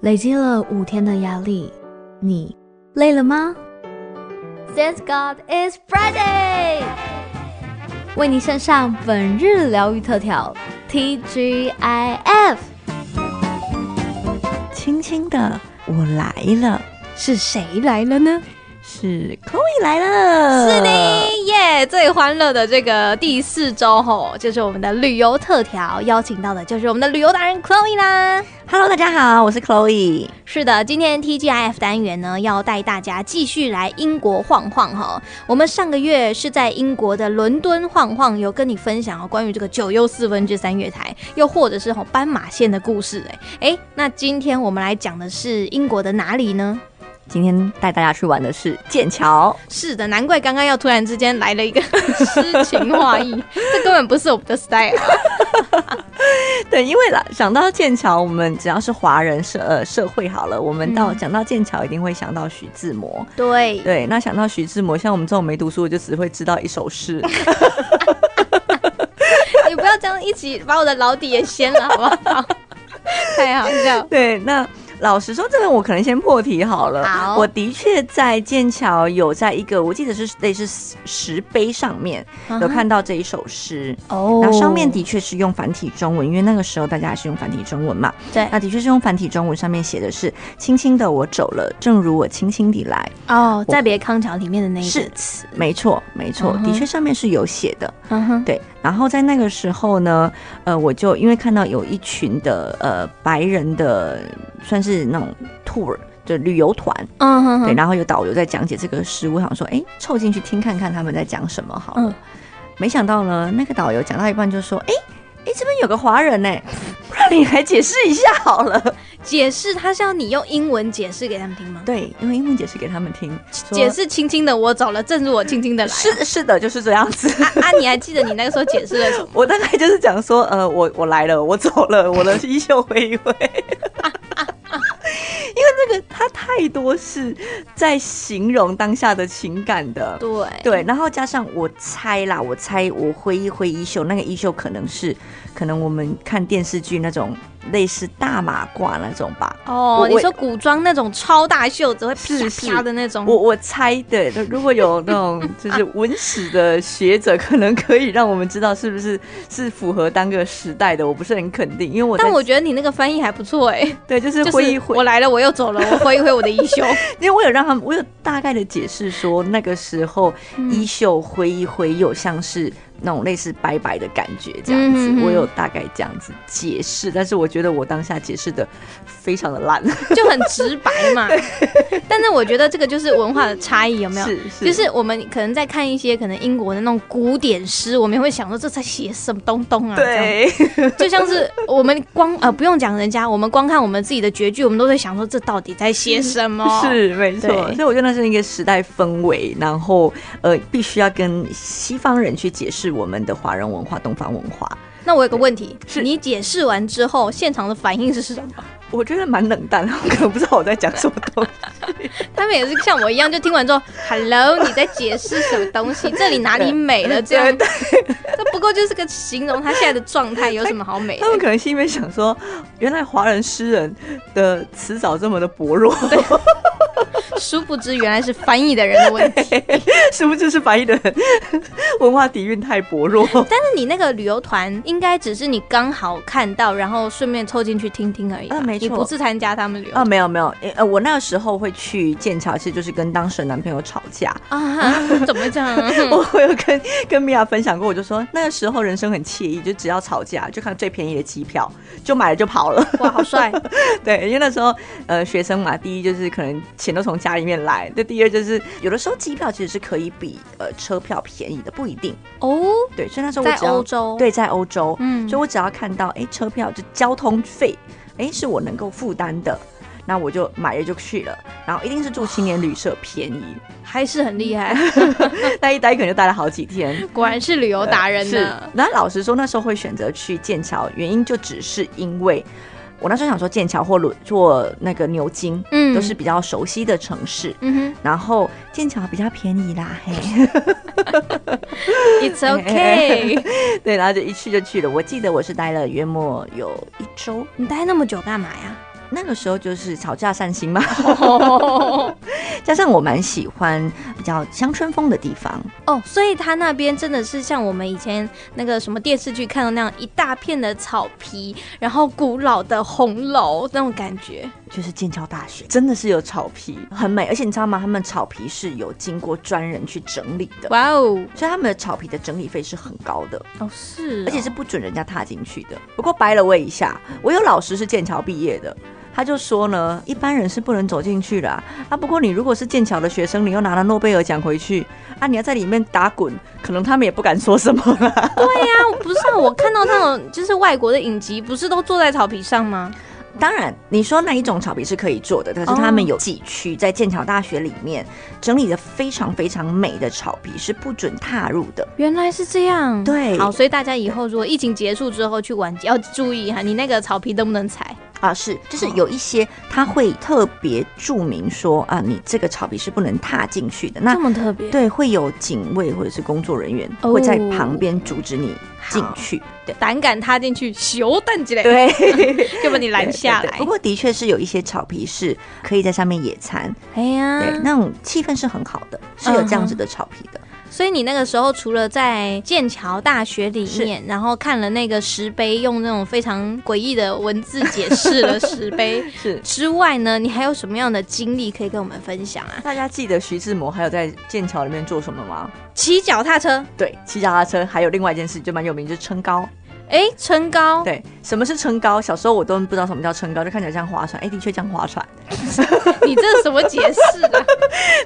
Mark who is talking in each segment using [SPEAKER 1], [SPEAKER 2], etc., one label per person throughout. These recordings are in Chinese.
[SPEAKER 1] 累积了五天的压力，你累了吗
[SPEAKER 2] ？Thank God it's Friday！
[SPEAKER 1] 为你献上本日疗愈特调 T G I F。
[SPEAKER 3] 轻轻的，我来了，
[SPEAKER 1] 是谁来了呢？
[SPEAKER 3] 是 Chloe 来了，
[SPEAKER 2] 呃是你耶！最欢乐的这个第四周吼，就是我们的旅游特调，邀请到的就是我们的旅游达人 Chloe 啦。
[SPEAKER 3] Hello，大家好，我是 Chloe。
[SPEAKER 2] 是的，今天 TGIF 单元呢，要带大家继续来英国晃晃哈。我们上个月是在英国的伦敦晃晃，有跟你分享哦关于这个九又四分之三月台，又或者是吼斑马线的故事哎哎。那今天我们来讲的是英国的哪里呢？
[SPEAKER 3] 今天带大家去玩的是剑桥，
[SPEAKER 2] 是的，难怪刚刚要突然之间来了一 个诗情画意，这根本不是我们的 style。
[SPEAKER 3] 对，因为啦，想到剑桥，我们只要是华人社呃社会好了，我们到
[SPEAKER 2] 嗯
[SPEAKER 3] 讲、到剑桥一定会想到徐志摩。
[SPEAKER 2] 对，
[SPEAKER 3] 对，那想到徐志摩，像我们这种没读书的，就只会知道一首 诗。
[SPEAKER 2] 你不要这样一起把我的老底也掀了，好不好？ 太好笑。
[SPEAKER 3] 对，那老实说，这个我可能先破题好了。
[SPEAKER 2] 好
[SPEAKER 3] 我的确在剑桥有在一个，我记得是类似石碑上面
[SPEAKER 2] 啊
[SPEAKER 3] 有看到这一首诗。
[SPEAKER 2] 哦
[SPEAKER 3] 那上面的确是用繁体中文，因为那个时候大家还是用繁体中文嘛。
[SPEAKER 2] 对
[SPEAKER 3] 那的确是用繁体中文，上面写的是“轻轻的我走了，正如我轻轻地来
[SPEAKER 2] 哦，在别康桥里面的那一个
[SPEAKER 3] 是
[SPEAKER 2] 词，”。
[SPEAKER 3] 没错，没错
[SPEAKER 2] 哎嗯哼
[SPEAKER 3] 的确上面是有写的。
[SPEAKER 2] 嗯哼，
[SPEAKER 3] 对，然后在那个时候呢，呃，我就因为看到有一群的呃白人的，算是那种 tour 的旅游团，
[SPEAKER 2] 嗯哼
[SPEAKER 3] 对，
[SPEAKER 2] 哼，
[SPEAKER 3] 然后有导游在讲解这个事物，我想说，哎，凑近去听看看他们在讲什么好了。
[SPEAKER 2] 嗯
[SPEAKER 3] 没想到呢，那个导游讲到一半就说，哎。哎，这边有个华人呢， 不然你来解释一下好了。
[SPEAKER 2] 解释他是要你用英文解释给他们听吗？
[SPEAKER 3] 对，因为英文解释给他们听，说
[SPEAKER 2] 解释轻轻的我走了，正如我轻轻的来。
[SPEAKER 3] 是是的，就是这样子。
[SPEAKER 2] 啊啊，你还记得你那个时候解释了什么？
[SPEAKER 3] 我大概就是讲说，呃，我我来了，我走了， 我的衣袖挥一挥。 因为这个它太多是在形容当下的情感的，
[SPEAKER 2] 对，
[SPEAKER 3] 对，然后加上我猜啦，我猜我挥一挥衣袖，那个衣袖可能是可能我们看电视剧那种类似大马褂那种吧。
[SPEAKER 2] 哦
[SPEAKER 3] 我，
[SPEAKER 2] 你说古装那种超大袖子会
[SPEAKER 3] 是
[SPEAKER 2] 啪啪
[SPEAKER 3] 是
[SPEAKER 2] 的那种，
[SPEAKER 3] 我我猜的，如果有那种就是文史的学者，可能可以让我们知道是不是是符合当个时代的，我不是很肯定，因为我在
[SPEAKER 2] 但我觉得你那个翻译还不错哎、
[SPEAKER 3] 对就是
[SPEAKER 2] 就
[SPEAKER 3] 挥一
[SPEAKER 2] 是
[SPEAKER 3] 挥，
[SPEAKER 2] 我来了，我又走了，我挥一挥我的衣袖。
[SPEAKER 3] 因为我有让他们，我有大概的解释说那个时候
[SPEAKER 2] 嗯
[SPEAKER 3] 衣袖挥一挥，有像是那种类似拜拜的感觉这样子，
[SPEAKER 2] 嗯嗯嗯
[SPEAKER 3] 我有大概这样子解释，但是我觉得我当下解释的非常的烂，
[SPEAKER 2] 就很直白嘛。但是我觉得这个就是文化的差异，有没有？
[SPEAKER 3] 是是
[SPEAKER 2] 就是我们可能在看一些可能英国的那种古典诗，我们也会想说这在写什么东东啊？这样，
[SPEAKER 3] 对
[SPEAKER 2] 就像是我们光呃不用讲人家，我们光看我们自己的绝句，我们都会想说这到底在写什么？，
[SPEAKER 3] 是没错，
[SPEAKER 2] 哦对
[SPEAKER 3] 所以我觉得那是一个时代氛围，然后呃必须要跟西方人去解释我们的华人文化、东方文化，
[SPEAKER 2] 那我有个问题，
[SPEAKER 3] 是
[SPEAKER 2] 你解释完之后，现场的反应是什 么？
[SPEAKER 3] 我觉得蛮冷淡的，我可能不知道我在讲什么东西。
[SPEAKER 2] 他们也是像我一样，就听完之后，Hello，你在解释什么东西？这里哪里美了？这样，
[SPEAKER 3] 对
[SPEAKER 2] 这不过就是个形容他现在的状态，有什么好美的
[SPEAKER 3] 他？们可能心里面想说，原来华人诗人的词藻这么的薄弱，
[SPEAKER 2] 殊不知原来是翻译的人的问题。
[SPEAKER 3] 是不是是白人文化底蕴太薄弱？
[SPEAKER 2] 但是你那个旅游团应该只是你刚好看到，然后顺便凑进去听听而已吧。
[SPEAKER 3] 啊没错
[SPEAKER 2] 你不是参加他们旅游
[SPEAKER 3] 啊，没有没有，诶呃，我那个时候会去剑桥，其实就是跟当时的男朋友吵架。
[SPEAKER 2] 啊？ 哈怎么会这样啊？
[SPEAKER 3] 我我有跟跟米娅分享过，我就说那个时候人生很惬意，就只要吵架就看最便宜的机票，就买了就跑了。
[SPEAKER 2] 哇，好帅！
[SPEAKER 3] 对，因为那时候呃学生嘛，第一就是可能钱都从家里面来，那第二就是有的时候机票其实是可以比呃车票便宜的，不一定。
[SPEAKER 2] 哦，
[SPEAKER 3] 对，所以那时候我
[SPEAKER 2] 在
[SPEAKER 3] 只要
[SPEAKER 2] 欧洲，，
[SPEAKER 3] 对，在欧洲，
[SPEAKER 2] 嗯
[SPEAKER 3] 所以我只要看到哎、诶车票就交通费，哎、是我能够负担的，那我就买了就去了，然后一定是住青年旅社便宜，
[SPEAKER 2] 还是很厉害，
[SPEAKER 3] 嗯那一待可能就待了好几天。 呃
[SPEAKER 2] 果然是旅游达人啊
[SPEAKER 3] 是
[SPEAKER 2] 呢。，
[SPEAKER 3] 那老实说，那时候会选择去剑桥，原因就只是因为我那时候想说剑桥或伦或那个牛津，
[SPEAKER 2] 嗯
[SPEAKER 3] 呃都是比较熟悉的城市，
[SPEAKER 2] 嗯
[SPEAKER 3] 然后剑桥比较便宜啦，嘿。
[SPEAKER 2] 哼，It's okay。
[SPEAKER 3] 对，然后就一去就去了。我记得我是待了约莫有一周，
[SPEAKER 2] 你待那么久干嘛呀？
[SPEAKER 3] 那个时候就是吵架散心嘛，
[SPEAKER 2] 哦
[SPEAKER 3] 加上我蛮喜欢比较乡村风的地方，
[SPEAKER 2] 哦，所以他那边真的是像我们以前那个什么电视剧看到那样一大片的草皮，然后古老的红楼那种感觉。
[SPEAKER 3] 就是剑桥大学真的是有草皮，很美。而且你知道吗？他们草皮是有经过专人去整理的，
[SPEAKER 2] 哇哦，
[SPEAKER 3] 所以他们的草皮的整理费是很高的，
[SPEAKER 2] 哦是
[SPEAKER 3] 而且是不准人家踏进去的。不过掰了我一下，我有老师是剑桥毕业的。他就说呢，一般人是不能走进去的啊。啊不过你如果是剑桥的学生，你又拿了诺贝尔奖回去啊，你要在里面打滚，可能他们也不敢说什么啦。
[SPEAKER 2] 对呀、不是啊、我看到那种就是外国的影集，不是都坐在草皮上吗？
[SPEAKER 3] 当然，你说那一种草皮是可以做的，可是他们有几区在剑桥大学里面整理的非常非常美的草皮是不准踏入的。
[SPEAKER 2] 原来是这样，
[SPEAKER 3] 对
[SPEAKER 2] 好，所以大家以后如果疫情结束之后去玩，要注意哈，你那个草皮能不能踩？
[SPEAKER 3] 啊，是，就是有一些他会特别注明说啊，你这个草皮是不能踏进去的。那
[SPEAKER 2] 么特别，
[SPEAKER 3] 对，会有警卫或者是工作人员
[SPEAKER 2] 哦
[SPEAKER 3] 会在旁边阻止你进
[SPEAKER 2] 好
[SPEAKER 3] 去。对
[SPEAKER 2] 胆敢踏进去，咻蛋之类，，
[SPEAKER 3] 对，
[SPEAKER 2] 就把你拦下
[SPEAKER 3] 对
[SPEAKER 2] 来
[SPEAKER 3] 不。过的确是有一些草皮是可以在上面野餐，
[SPEAKER 2] 哎呀
[SPEAKER 3] 对，那种气氛是很好的，是有这样子
[SPEAKER 2] 嗯
[SPEAKER 3] 的草皮的。
[SPEAKER 2] 所以你那个时候除了在剑桥大学里面，然后看了那个石碑，用那种非常诡异的文字解释了石 碑
[SPEAKER 3] 是。
[SPEAKER 2] 之外呢，你还有什么样的经历可以跟我们分享啊？
[SPEAKER 3] 大家记得徐志摩还有在剑桥里面做什么吗？
[SPEAKER 2] 骑脚踏车，
[SPEAKER 3] 对，骑脚踏车，还有另外一件事就蛮有名，就是撑高。
[SPEAKER 2] 哎，撑高，
[SPEAKER 3] 对，什么是撑高？小时候我都不知道什么叫撑高，就看起来像划
[SPEAKER 2] 嗯
[SPEAKER 3] 船。哎，的确像划船。
[SPEAKER 2] 你这什么解释啊？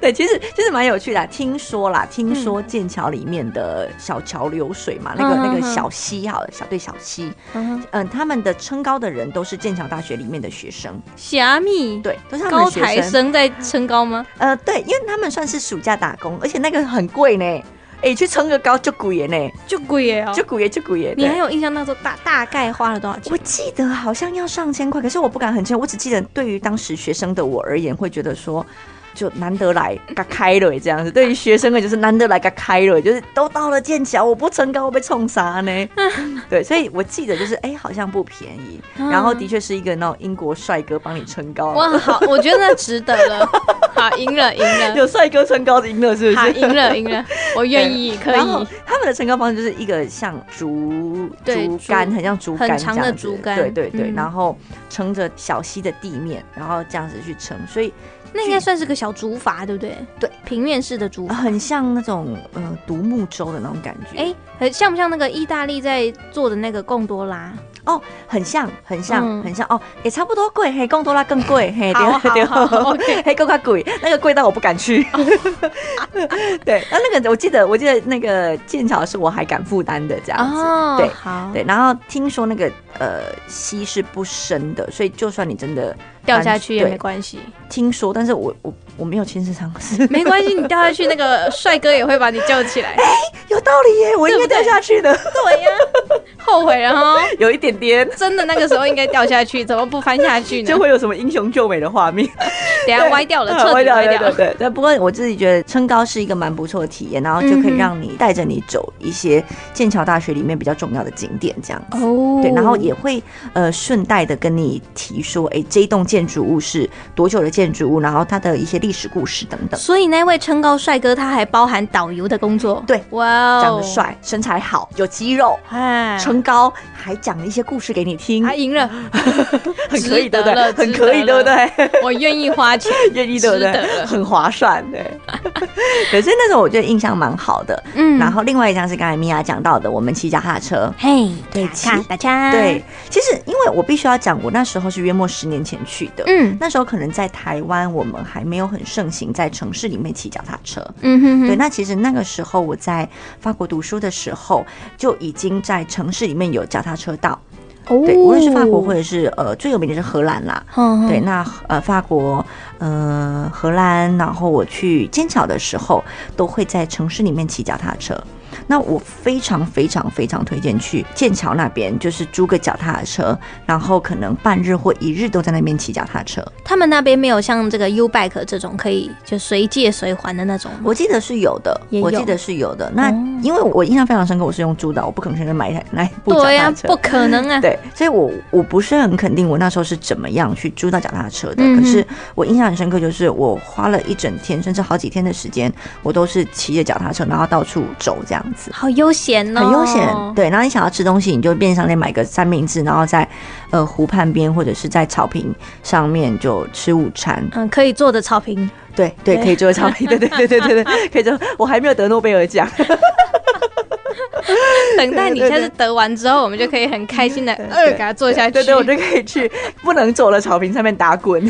[SPEAKER 3] 对，其实其实蛮有趣的啊、听说啦，听说剑桥里面的小桥流水嘛，那个那
[SPEAKER 2] 嗯
[SPEAKER 3] 个
[SPEAKER 2] 哼
[SPEAKER 3] 小溪好了，小对小溪，
[SPEAKER 2] 嗯
[SPEAKER 3] 嗯，他们的撑高的人都是剑桥大学里面的学生，
[SPEAKER 2] 虾米。
[SPEAKER 3] 对，都是他们
[SPEAKER 2] 高
[SPEAKER 3] 的学
[SPEAKER 2] 材
[SPEAKER 3] 生。
[SPEAKER 2] 生在撑高吗？
[SPEAKER 3] 呃，对，因为他们算是暑假打工，而且那个很贵呢。哎，去撑个高就古爷呢，
[SPEAKER 2] 就贵耶哦
[SPEAKER 3] 就！古爷就古爷。
[SPEAKER 2] 你还
[SPEAKER 3] 对
[SPEAKER 2] 有印象那时候大大概花了多少钱？
[SPEAKER 3] 我记得好像要上千块，可是我不敢很清楚，我只记得对于当时学生的我而言，会觉得说。就难得来嘎开了这样子，对于学生的就是难得来嘎开了，就是都到了剑桥，我不成高会被冲 杀呢。对，所以我记得就是哎、好像不便宜，然后的确是一个那种英国帅哥帮你撑高，
[SPEAKER 2] 嗯哇，好，我觉得那值得 了。好，赢了，赢了。
[SPEAKER 3] 有帅哥撑高的赢了是不
[SPEAKER 2] 好，
[SPEAKER 3] 是？
[SPEAKER 2] 赢了，赢了，我愿意，可
[SPEAKER 3] 然后
[SPEAKER 2] 以。
[SPEAKER 3] 他们的撑高方式就是一个像竹
[SPEAKER 2] 对
[SPEAKER 3] 竹竿，
[SPEAKER 2] 竹
[SPEAKER 3] 很像竹竿
[SPEAKER 2] 很长的
[SPEAKER 3] 这样子
[SPEAKER 2] 竹竿
[SPEAKER 3] 对对对，
[SPEAKER 2] 嗯
[SPEAKER 3] 然后撑着小溪的地面，然后这样子去撑，所以
[SPEAKER 2] 那应该算是个小竹筏，对不对？
[SPEAKER 3] 对，
[SPEAKER 2] 平面式的竹筏。
[SPEAKER 3] 呃很像那种呃独木舟的那种感觉，
[SPEAKER 2] 哎，很像不像那个意大利在做的那个贡多拉？
[SPEAKER 3] 哦，很像，很像，
[SPEAKER 2] 嗯
[SPEAKER 3] 很像哦，也差不多贵，嘿，贡多拉更贵，嘿，
[SPEAKER 2] 好好
[SPEAKER 3] 对
[SPEAKER 2] 好
[SPEAKER 3] 对
[SPEAKER 2] OK
[SPEAKER 3] 嘿，更加贵，那个贵到我不敢 去。对，那那个我记得，我记得那个剑桥是我还敢负担的这样子，
[SPEAKER 2] 哦
[SPEAKER 3] 啊对
[SPEAKER 2] 好，
[SPEAKER 3] 对，然后听说那个呃溪是不深的，所以就算你真的
[SPEAKER 2] 掉下去也没
[SPEAKER 3] 对
[SPEAKER 2] 关系，
[SPEAKER 3] 听说，但是我我我没有亲自尝试，
[SPEAKER 2] 没关系，你掉下去，那个帅哥也会把你救起来。
[SPEAKER 3] 有道理耶，我应
[SPEAKER 2] 对不
[SPEAKER 3] 该
[SPEAKER 2] 对
[SPEAKER 3] 掉下 去的，
[SPEAKER 2] 对呀，后悔了哈。
[SPEAKER 3] 有一点点。
[SPEAKER 2] 真的那个时候应该掉下去，怎么不翻下去呢？
[SPEAKER 3] 就会有什么英雄救美的画面，
[SPEAKER 2] 等一下歪掉了， 彻底歪
[SPEAKER 3] 对
[SPEAKER 2] 掉
[SPEAKER 3] 对。对对。不过我自己觉得撑高是一个蛮不错的体验，然后就可以让你带着你走一些剑桥大学里面比较重要的景点这样子。
[SPEAKER 2] 哦
[SPEAKER 3] 对，然后也会呃顺带的跟你提说，哎，这一栋建筑物是多久的建筑物，然后它的一些历史故事等等。
[SPEAKER 2] 所以那位撑高帅哥他还包含导游的工作。
[SPEAKER 3] 对
[SPEAKER 2] 哇哦，
[SPEAKER 3] 长得，帅，身材好，有肌肉，
[SPEAKER 2] 哎，
[SPEAKER 3] 撑高，还讲了一些故事给你听，
[SPEAKER 2] 他赢了，
[SPEAKER 3] 很可
[SPEAKER 2] 哎值
[SPEAKER 3] 以，对
[SPEAKER 2] 得
[SPEAKER 3] 不对
[SPEAKER 2] 了？
[SPEAKER 3] 很可以，
[SPEAKER 2] 值得
[SPEAKER 3] 对不
[SPEAKER 2] 了
[SPEAKER 3] 对？
[SPEAKER 2] 我愿意花钱。
[SPEAKER 3] 愿意，对不
[SPEAKER 2] 值得
[SPEAKER 3] 对？
[SPEAKER 2] 了
[SPEAKER 3] 很划算， 对。可是那时候我觉得印象蛮好的。
[SPEAKER 2] 嗯
[SPEAKER 3] 然后另外一张是刚才米娅讲到的，我们骑脚踏车。
[SPEAKER 2] 嘿，
[SPEAKER 3] 对
[SPEAKER 2] 打卡
[SPEAKER 3] 其
[SPEAKER 2] 打卡，
[SPEAKER 3] 对，，其实因为我必须要讲，我那时候是约莫十年前去的。
[SPEAKER 2] 嗯
[SPEAKER 3] 那时候可能在台湾，我们还没有很盛行在城市里面骑脚踏车。
[SPEAKER 2] 嗯哼
[SPEAKER 3] 对，
[SPEAKER 2] 哼，
[SPEAKER 3] 那其实那个时候我在法国读书的时候，就已经在城市里面有脚踏车道。
[SPEAKER 2] 哦
[SPEAKER 3] 对，无论是法国或者是呃最有名的是荷兰啦。
[SPEAKER 2] 嗯，
[SPEAKER 3] 对，
[SPEAKER 2] 对，
[SPEAKER 3] 那呃法国、呃荷兰，然后我去剑桥的时候，都会在城市里面骑脚踏车。那我非常非常非常推荐去剑桥那边，就是租个脚踏车，然后可能半日或一日都在那边骑脚踏车。
[SPEAKER 2] 他们那边没有像这个 U Bike 这种可以就随借随还的那种吗。
[SPEAKER 3] 我记得是有的，
[SPEAKER 2] 也有
[SPEAKER 3] 我记得是有的。那
[SPEAKER 2] 哦
[SPEAKER 3] 因为我印象非常深刻，我是用租的，我不可能去那买一台那一部脚
[SPEAKER 2] 对呀、
[SPEAKER 3] 踏
[SPEAKER 2] 啊，
[SPEAKER 3] 车。
[SPEAKER 2] 不可能啊！
[SPEAKER 3] 对，所以我我不是很肯定我那时候是怎么样去租到脚踏车的。
[SPEAKER 2] 嗯哼
[SPEAKER 3] 可是我印象很深刻，就是我花了一整天甚至好几天的时间，我都是骑着脚踏车，然后到处走这样子。
[SPEAKER 2] 好悠闲哦，
[SPEAKER 3] 很悠闲，对。然后你想要吃东西，你就便利商店买个三明治，然后在呃湖畔边或者是在草坪上面就吃午餐。
[SPEAKER 2] 嗯，可以坐的草坪，
[SPEAKER 3] 对对，可以做草坪，对对对对对对，可以做。我还没有得诺贝尔奖，
[SPEAKER 2] 等待你
[SPEAKER 3] 对对
[SPEAKER 2] 下次得完之后，我们就可以很开心的
[SPEAKER 3] 对
[SPEAKER 2] 二给它坐下去，
[SPEAKER 3] 对对，我就可以去不能走的草坪上面打滚。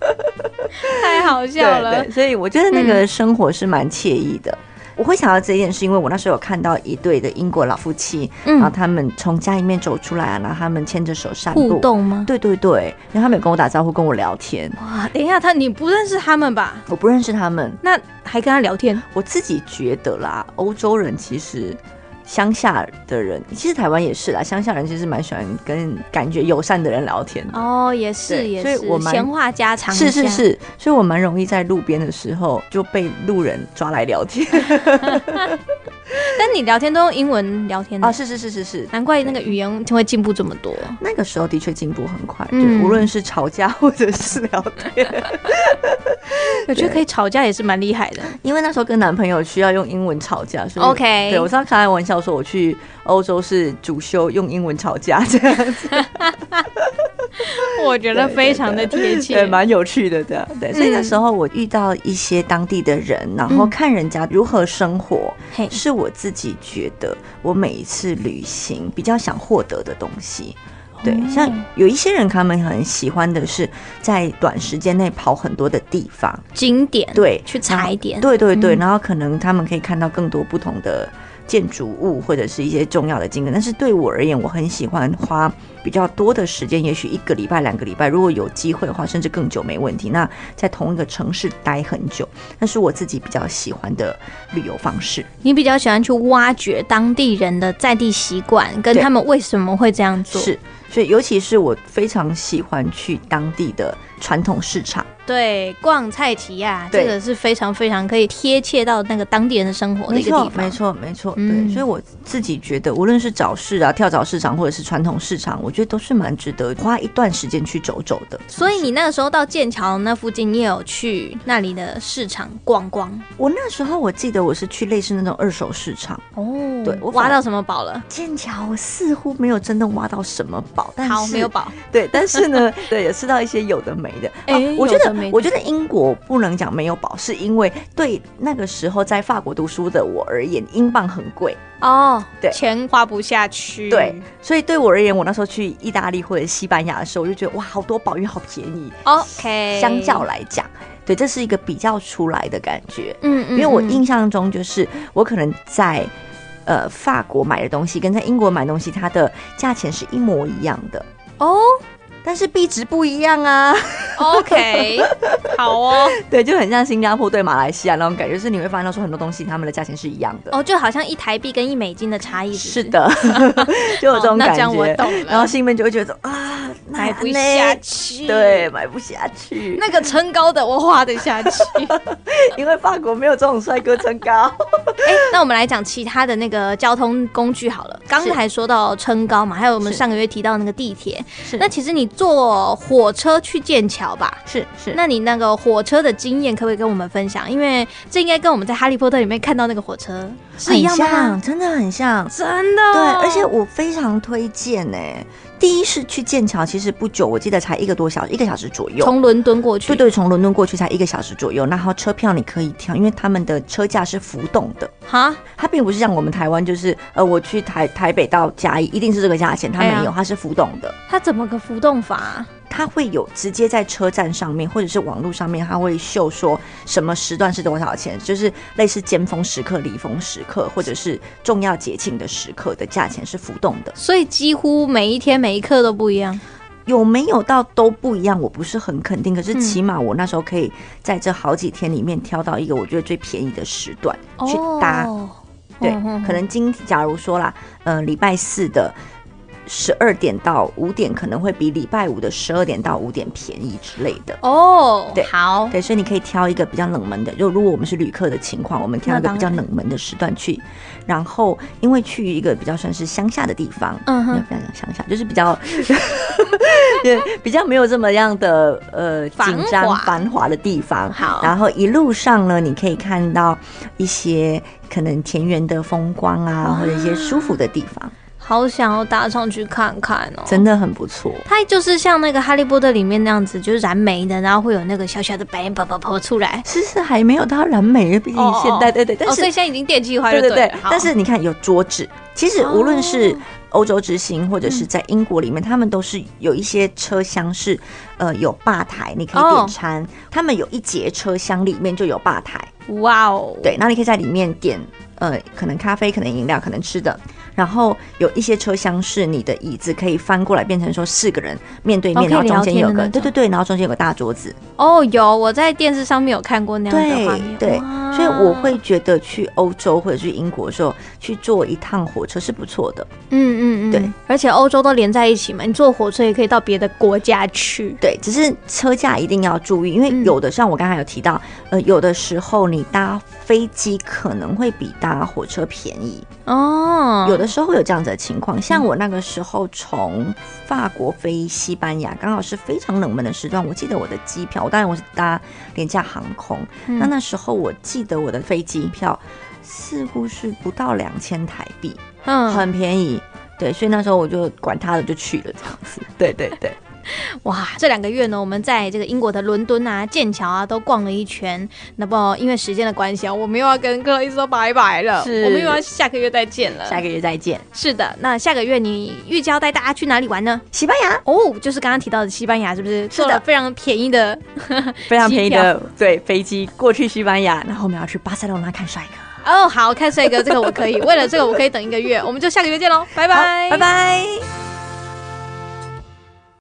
[SPEAKER 2] 太好笑
[SPEAKER 3] 对
[SPEAKER 2] 了嗯
[SPEAKER 3] 对，。所以我觉得那个生活是蛮惬意的。我会想到这一点，是因为我那时候有看到一对的英国老夫妻，然后
[SPEAKER 2] 嗯，
[SPEAKER 3] 他们从家里面走出来啊，然后他们牵着手散步。
[SPEAKER 2] 互动吗？
[SPEAKER 3] 对对对，然后他们有跟我打招呼，跟我聊天。
[SPEAKER 2] 哇，等一下，他你不认识他们吧？
[SPEAKER 3] 我不认识他们，
[SPEAKER 2] 那还跟他聊天？
[SPEAKER 3] 我自己觉得啦，欧洲人其实乡下的人，其实台湾也是啦，乡下人其实蛮喜欢跟感觉友善的人聊天的。
[SPEAKER 2] 哦，也是
[SPEAKER 3] 对
[SPEAKER 2] 也
[SPEAKER 3] 所以
[SPEAKER 2] 是
[SPEAKER 3] 我，蛮
[SPEAKER 2] 闲话家常一下
[SPEAKER 3] 是是，是，所以我蛮容易在路边的时候就被路人抓来聊天
[SPEAKER 2] 但你聊天都用英文聊天
[SPEAKER 3] 啊！
[SPEAKER 2] 的，
[SPEAKER 3] 是是是是是，
[SPEAKER 2] 难怪那个语言就会进步这么多。
[SPEAKER 3] 那个时候的确进步很快，对，
[SPEAKER 2] 嗯
[SPEAKER 3] 无论是吵架或者是聊 天，
[SPEAKER 2] 我觉得可以吵架也是蛮厉害的。
[SPEAKER 3] 因为那时候跟男朋友需要用英文吵架，所以
[SPEAKER 2] OK
[SPEAKER 3] 对我上次开玩笑说我去欧洲是主修用英文吵架，这样子，
[SPEAKER 2] 我觉得非常的贴切
[SPEAKER 3] 对，。蛮有趣的，这样对。所以那时候我遇到一些当地的人，然后
[SPEAKER 2] 嗯
[SPEAKER 3] 看人家如何生活，
[SPEAKER 2] 嘿，
[SPEAKER 3] 是我自己觉得我每一次旅行比较想获得的东西。对，
[SPEAKER 2] 哦
[SPEAKER 3] 像有一些人，他们很喜欢的是在短时间内跑很多的地方，
[SPEAKER 2] 景点，
[SPEAKER 3] 对，
[SPEAKER 2] 去
[SPEAKER 3] 然后
[SPEAKER 2] 踩点，
[SPEAKER 3] 对对对，
[SPEAKER 2] 嗯
[SPEAKER 3] 然后可能他们可以看到更多不同的建筑物或者是一些重要的景点。但是对我而言，我很喜欢花比较多的时间，也许一个礼拜、两个礼拜，如果有机会的话，甚至更久没问题。那在同一个城市待很久，那是我自己比较喜欢的旅游方式。
[SPEAKER 2] 你比较喜欢去挖掘当地人的在地习惯，跟
[SPEAKER 3] 对
[SPEAKER 2] 他们为什么会这样做。，
[SPEAKER 3] 是，所以尤其是我非常喜欢去当地的传统市场。
[SPEAKER 2] 对，逛菜奇亚
[SPEAKER 3] 对
[SPEAKER 2] 这个是非常非常可以贴切到那个当地人的生活的
[SPEAKER 3] 没
[SPEAKER 2] 一个地
[SPEAKER 3] 错，
[SPEAKER 2] 方。
[SPEAKER 3] 没错，没错。
[SPEAKER 2] 嗯
[SPEAKER 3] 对，所以我自己觉得，无论是早市啊、跳蚤市场，或者是传统市场，我觉得都是蛮值得花一段时间去走走的。
[SPEAKER 2] 所以你那个时候到剑桥那附近，你也有去那里的市场逛逛
[SPEAKER 3] 我那时候我记得我是去类似那种二手市场，
[SPEAKER 2] 哦
[SPEAKER 3] 对我
[SPEAKER 2] 挖
[SPEAKER 3] 反
[SPEAKER 2] 到什么宝了？
[SPEAKER 3] 剑桥我似乎没有真的挖到什么宝， 但是
[SPEAKER 2] 好，没有宝，
[SPEAKER 3] 对，但是 呢，对，也吃到一些有的没的。
[SPEAKER 2] 哎
[SPEAKER 3] 啊
[SPEAKER 2] 有
[SPEAKER 3] 我觉
[SPEAKER 2] 的没
[SPEAKER 3] 得
[SPEAKER 2] 的
[SPEAKER 3] 我觉得英国不能讲没有宝，是因为对那个时候在法国读书的我而言，英镑很贵。
[SPEAKER 2] 哦，
[SPEAKER 3] 对
[SPEAKER 2] 钱花不下去，
[SPEAKER 3] 对，所以对我而言，我那时候去意大利或者西班牙的时候，我就觉得哇，好多宝，因为好便宜。
[SPEAKER 2] ，OK，
[SPEAKER 3] 相较，来讲，对，这是一个比较出来的感觉。
[SPEAKER 2] 嗯嗯，
[SPEAKER 3] 因为我
[SPEAKER 2] 嗯
[SPEAKER 3] 印象中就是我可能在呃法国买的东西跟在英国买的东西，它的价钱是一模一样的，
[SPEAKER 2] 哦
[SPEAKER 3] 但是币值不一样啊。
[SPEAKER 2] ，OK，好哦，
[SPEAKER 3] 对，就很像新加坡对马来西亚那种感觉，就是你会发现到说很多东西他们的价钱是一样的。
[SPEAKER 2] 哦，就好像一台币跟一美金的差异，
[SPEAKER 3] 是
[SPEAKER 2] 不，
[SPEAKER 3] 的， 就有这种
[SPEAKER 2] 哦那
[SPEAKER 3] 感
[SPEAKER 2] 这样我
[SPEAKER 3] 觉，
[SPEAKER 2] 懂了
[SPEAKER 3] 然后心里面就会觉得啊，
[SPEAKER 2] 买不
[SPEAKER 3] 那
[SPEAKER 2] 下
[SPEAKER 3] 呢，
[SPEAKER 2] 去，
[SPEAKER 3] 对，，买不下去，
[SPEAKER 2] 那个撑高的我花得下去。
[SPEAKER 3] 因为法国没有这种帅哥 增高。
[SPEAKER 2] 哎、那我们来讲其他的那个交通工具好了。刚才说到撑高嘛，还有我们
[SPEAKER 3] 是
[SPEAKER 2] 上个月提到那个地铁。
[SPEAKER 3] 是
[SPEAKER 2] 那其实你坐火车去剑桥吧？
[SPEAKER 3] 是是
[SPEAKER 2] 那你那个火车的经验可不可以跟我们分享？因为这应该跟我们在《哈利波特》里面看到那个火车是一样
[SPEAKER 3] 很像
[SPEAKER 2] 吗？
[SPEAKER 3] 真的很像。
[SPEAKER 2] 真的
[SPEAKER 3] 对，
[SPEAKER 2] 哦，
[SPEAKER 3] 而且我非常推荐呢、第一是去剑桥，其实不久，我记得才一个多小时，一个小时左右。
[SPEAKER 2] 从伦敦过去，
[SPEAKER 3] 对对，从伦敦过去才一个小时左右，然后车票你可以挑，因为他们的车价是浮动的，
[SPEAKER 2] 哈，
[SPEAKER 3] 它并不是像我们台湾就是呃，我去台台北到嘉义一定是这个价钱，它
[SPEAKER 2] 哎
[SPEAKER 3] 没
[SPEAKER 2] 呀
[SPEAKER 3] 有，它是浮动的，
[SPEAKER 2] 它怎么个浮动法、
[SPEAKER 3] 它会有直接在车站上面或者是网络上面，它会秀说什么时段是多少钱，就是类似尖峰时刻、离峰时刻或者是重要节庆的时刻的价钱是浮动的。
[SPEAKER 2] 所以几乎每一天每一刻都不一样。
[SPEAKER 3] 有没有到都不一样，我不是很肯定。可是起码我那时候可以在这好几天里面挑到一个我觉得最便宜的时段去搭。
[SPEAKER 2] 哦
[SPEAKER 3] 对
[SPEAKER 2] 嗯嗯嗯，
[SPEAKER 3] 可能今假如说啦，呃，礼拜四的十二点到五点可能会比礼拜五的十二点到五点便宜之类的。
[SPEAKER 2] 哦
[SPEAKER 3] 对，
[SPEAKER 2] 好，
[SPEAKER 3] 对，所以你可以挑一个比较冷门的。就如果我们是旅客的情况，我们挑一
[SPEAKER 2] 那
[SPEAKER 3] 个
[SPEAKER 2] 当
[SPEAKER 3] 比较
[SPEAKER 2] 然
[SPEAKER 3] 冷门的时段去。然后，因为去一个比较算是乡下的地方，
[SPEAKER 2] 嗯哼
[SPEAKER 3] 没有非常乡下，就是比较， 对，比较没有这么样的呃
[SPEAKER 2] 繁
[SPEAKER 3] 紧张
[SPEAKER 2] 华
[SPEAKER 3] 繁华的地方。
[SPEAKER 2] 好
[SPEAKER 3] 然后一路上呢，你可以看到一些可能田园的风光啊，或者一些舒服的地方，
[SPEAKER 2] 好想要搭上去看看哦。
[SPEAKER 3] 真的很不错。
[SPEAKER 2] 它就是像那个《哈利波特》里面那样子，就是燃煤的，然后会有那个小小的白烟啪啪啪出来。
[SPEAKER 3] 其实还没有到燃美，毕竟现代对对，但
[SPEAKER 2] 哦，
[SPEAKER 3] 是
[SPEAKER 2] 所以现在已经电气化就
[SPEAKER 3] 对
[SPEAKER 2] 对
[SPEAKER 3] 对
[SPEAKER 2] 了
[SPEAKER 3] 对，
[SPEAKER 2] 好哦
[SPEAKER 3] 但是你看有桌子，其实无论是欧洲之星或者
[SPEAKER 2] 嗯
[SPEAKER 3] 是在英国里面，他们都是有一些车厢是呃有吧台，你可以
[SPEAKER 2] 哦
[SPEAKER 3] 点餐。他们有一节车厢里面就有吧台，
[SPEAKER 2] 哇哦，
[SPEAKER 3] 对，那你可以在里面点呃可能咖啡，可能饮料，可能吃的。然后有一些车厢是你的椅子可以翻过来变成说四个人面对面，
[SPEAKER 2] 哦
[SPEAKER 3] 然
[SPEAKER 2] 可
[SPEAKER 3] 后
[SPEAKER 2] 以
[SPEAKER 3] 中间有
[SPEAKER 2] 聊天的
[SPEAKER 3] 个
[SPEAKER 2] 那种
[SPEAKER 3] 对对对，然后中间有个大桌子。
[SPEAKER 2] 哦，有我在电视上面有看过那样的画面，
[SPEAKER 3] 对
[SPEAKER 2] 哇，
[SPEAKER 3] 所以我会觉得去欧洲或者去英国的时候，去坐一趟火车是不错的。
[SPEAKER 2] 嗯嗯嗯，
[SPEAKER 3] 对，
[SPEAKER 2] 而且欧洲都连在一起嘛，你坐火车也可以到别的国家去。
[SPEAKER 3] 对，只是车价一定要注意，因为
[SPEAKER 2] 嗯
[SPEAKER 3] 有的、像我刚才有提到，呃，有的时候你搭飞机可能会比搭火车便宜，
[SPEAKER 2] 哦，
[SPEAKER 3] 有的时候会有这样子的情况。嗯像我那个时候从法国飞西班牙，刚好是非常冷门的时段，我记得我的机票，我当然我是搭廉价航空，
[SPEAKER 2] 嗯
[SPEAKER 3] 那那时候我记得我的飞机票似乎是不到两千台币。
[SPEAKER 2] 嗯，
[SPEAKER 3] 很便宜。对，所以那时候我就管他了，就去了这样子。对对对，
[SPEAKER 2] 哇，这两个月呢，我们在这个英国的伦敦啊、剑桥啊都逛了一圈。那不，因为时间的关系啊，我们又要跟克洛伊说拜拜了，
[SPEAKER 3] 是
[SPEAKER 2] 我们又要下个月再见了。
[SPEAKER 3] 下个月再见，
[SPEAKER 2] 是的，那下个月你预计要带大家去哪里玩呢？
[SPEAKER 3] 西班牙
[SPEAKER 2] 哦，就是刚刚提到的西班牙，是不是？
[SPEAKER 3] 是的
[SPEAKER 2] 做了非常便宜的
[SPEAKER 3] 非常便宜的，对，飞机过去西班牙，然后我们要去巴塞罗那看帅哥。
[SPEAKER 2] 哦。好，看帅哥，这个我可以，为了这个我可以等一个月，我们就下个月见喽，拜拜，
[SPEAKER 3] 拜。拜。